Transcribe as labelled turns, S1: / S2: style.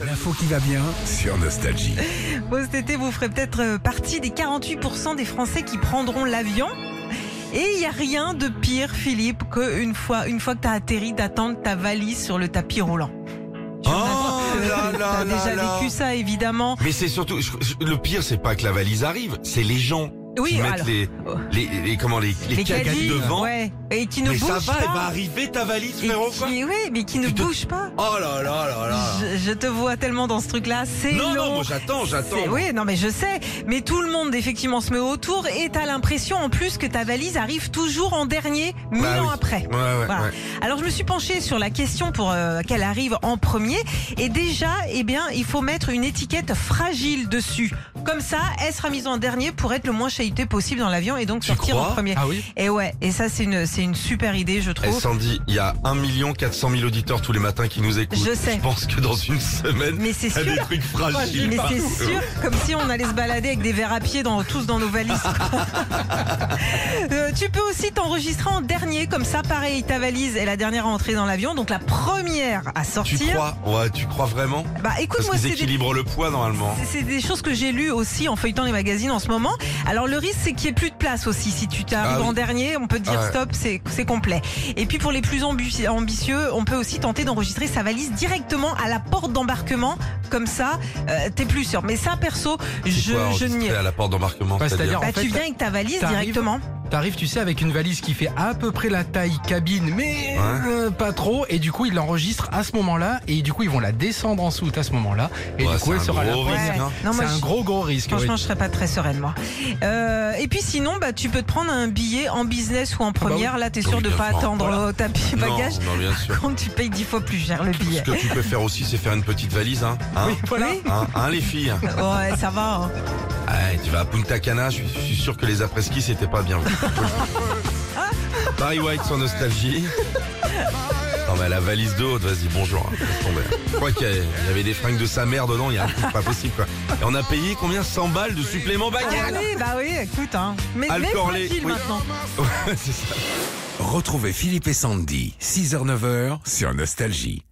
S1: L'info qui va bien sur Nostalgie.
S2: Bon, cet été, vous ferez peut-être euh, partie des 48% des Français qui prendront l'avion. Et il n'y a rien de pire, Philippe, qu'une fois, une fois que tu as atterri, d'attendre ta valise sur le tapis roulant. Tu en as-
S3: Oh là là
S2: T'as déjà
S3: là là.
S2: vécu ça, évidemment.
S3: Mais c'est surtout je- je- le pire, c'est pas que la valise arrive, c'est les gens
S2: Oui,
S3: qui mettent
S2: alors,
S3: les,
S2: oh.
S3: les, les- comment les les,
S2: les
S3: cagas
S2: caddies,
S3: devant.
S2: ouais, et qui ne
S3: mais
S2: bougent
S3: ça va,
S2: pas.
S3: elle va arriver ta valise,
S2: Et
S3: frérot. quoi.
S2: qui, oui, mais qui ne
S3: Tu te-
S2: bougent pas.
S3: Oh là là là là.
S2: Je, je te vois tellement dans ce truc-là, c'est
S3: Non non,
S2: long.
S3: moi j'attends,
S2: C'est-
S3: j'attends.
S2: Oui, non, mais je sais. Mais tout le monde, effectivement, se met autour et t'as l'impression, en plus, que ta valise arrive toujours en dernier, mille
S3: Bah
S2: ans
S3: oui.
S2: après.
S3: Ouais, ouais,
S2: Voilà.
S3: ouais.
S2: Alors, je me suis penchée sur la question pour euh, qu'elle arrive en premier. Et déjà, eh bien, il faut mettre une étiquette fragile dessus. Comme ça, elle sera mise en dernier pour être le moins chahuté possible dans l'avion et donc
S3: Tu
S2: sortir en
S3: crois
S2: premier.
S1: Ah oui
S2: Et ouais, et ça, c'est une, c'est une super idée, je
S3: Eh,
S2: trouve.
S3: Sandy, il y a 1 400 000 auditeurs tous les matins qui nous écoutent.
S2: Je sais.
S3: Je pense que dans une semaine,
S2: Mais c'est
S3: il y a
S2: sûr.
S3: des trucs fragiles.
S2: Mais c'est
S3: partout.
S2: sûr, comme si on allait se balader avec des verres à pied dans, tous dans nos valises. Euh, tu peux aussi t'enregistrer en dernier, comme ça, pareil, ta valise est la dernière à entrer dans l'avion, donc la première à
S3: Tu
S2: sortir.
S3: crois Ouais, tu crois vraiment
S2: bah écoute,
S3: Parce
S2: moi,
S3: qu'ils
S2: c'est des.
S3: équilibrent le poids normalement.
S2: c'est- C'est des choses que j'ai lues aussi en feuilletant les magazines en ce moment. Alors le risque, c'est qu'il n'y ait plus de place aussi. Si tu t'arrives
S3: Ah oui.
S2: en dernier, on peut te dire
S3: Ah ouais.
S2: stop, c'est c'est complet. Et puis pour les plus ambu- ambitieux, on peut aussi tenter d'enregistrer sa valise directement à la porte d'embarquement. Comme ça, euh, t'es plus sûr. Mais ça, perso,
S3: Quoi,
S2: je, je n'y
S3: enregistrer à la porte d'embarquement.
S1: Ouais, c'est-à-dire-
S3: c'est-à-dire
S2: bah,
S1: En fait,
S2: tu viens avec ta valise
S1: t'arrives-
S2: directement.
S1: T'arrives, tu sais, avec une valise qui fait à peu près la taille cabine, mais
S3: Ouais.
S1: euh, pas trop. Et du coup, ils l'enregistrent à ce moment-là. Et du coup, ils vont la descendre en soute à ce moment-là. Et
S3: Ouais,
S1: du coup,
S3: c'est
S1: elle
S3: un
S1: sera la
S3: gros
S1: première.
S3: risque, hein.
S2: Non, moi,
S1: C'est un
S2: je-
S1: gros, gros risque.
S2: Franchement,
S1: oui.
S2: je serais pas très sereine, moi. Euh, et puis sinon, bah, tu peux te prendre un billet en business ou en
S1: Ah bah oui.
S2: première. Là, t'es
S3: Oui,
S2: sûr de
S3: bien
S2: pas
S3: sûr.
S2: attendre
S1: Voilà.
S2: au tapis
S3: Non,
S2: bagage.
S3: non, bien sûr.
S2: Quand tu payes dix fois plus cher le
S3: Ce
S2: billet.
S3: que tu peux faire aussi, c'est faire une petite valise, hein. Hein
S1: Oui, voilà.
S2: Oui.
S3: Hein, hein, les filles
S2: Ouais, ça va. hein.
S3: Ah, Tu vas à Punta Cana, je suis- je suis sûr que les après-ski, c'était pas bien. Barry White sans nostalgie. Non mais la valise de haute, vas-y, bonjour. hein, laisse tomber. Je crois qu'il y a- il y avait des fringues de sa mère dedans, il y a un truc pas possible quoi. Et on a payé combien 100 balles de supplément
S2: Ah
S3: bagage
S2: oui, bah oui, écoute, hein. Mais, mais
S3: Alcorlé,
S2: fragile
S3: oui.
S2: maintenant.
S3: Ouais, c'est ça.
S4: Retrouvez Philippe et Sandy, 6h-9h sur Nostalgie.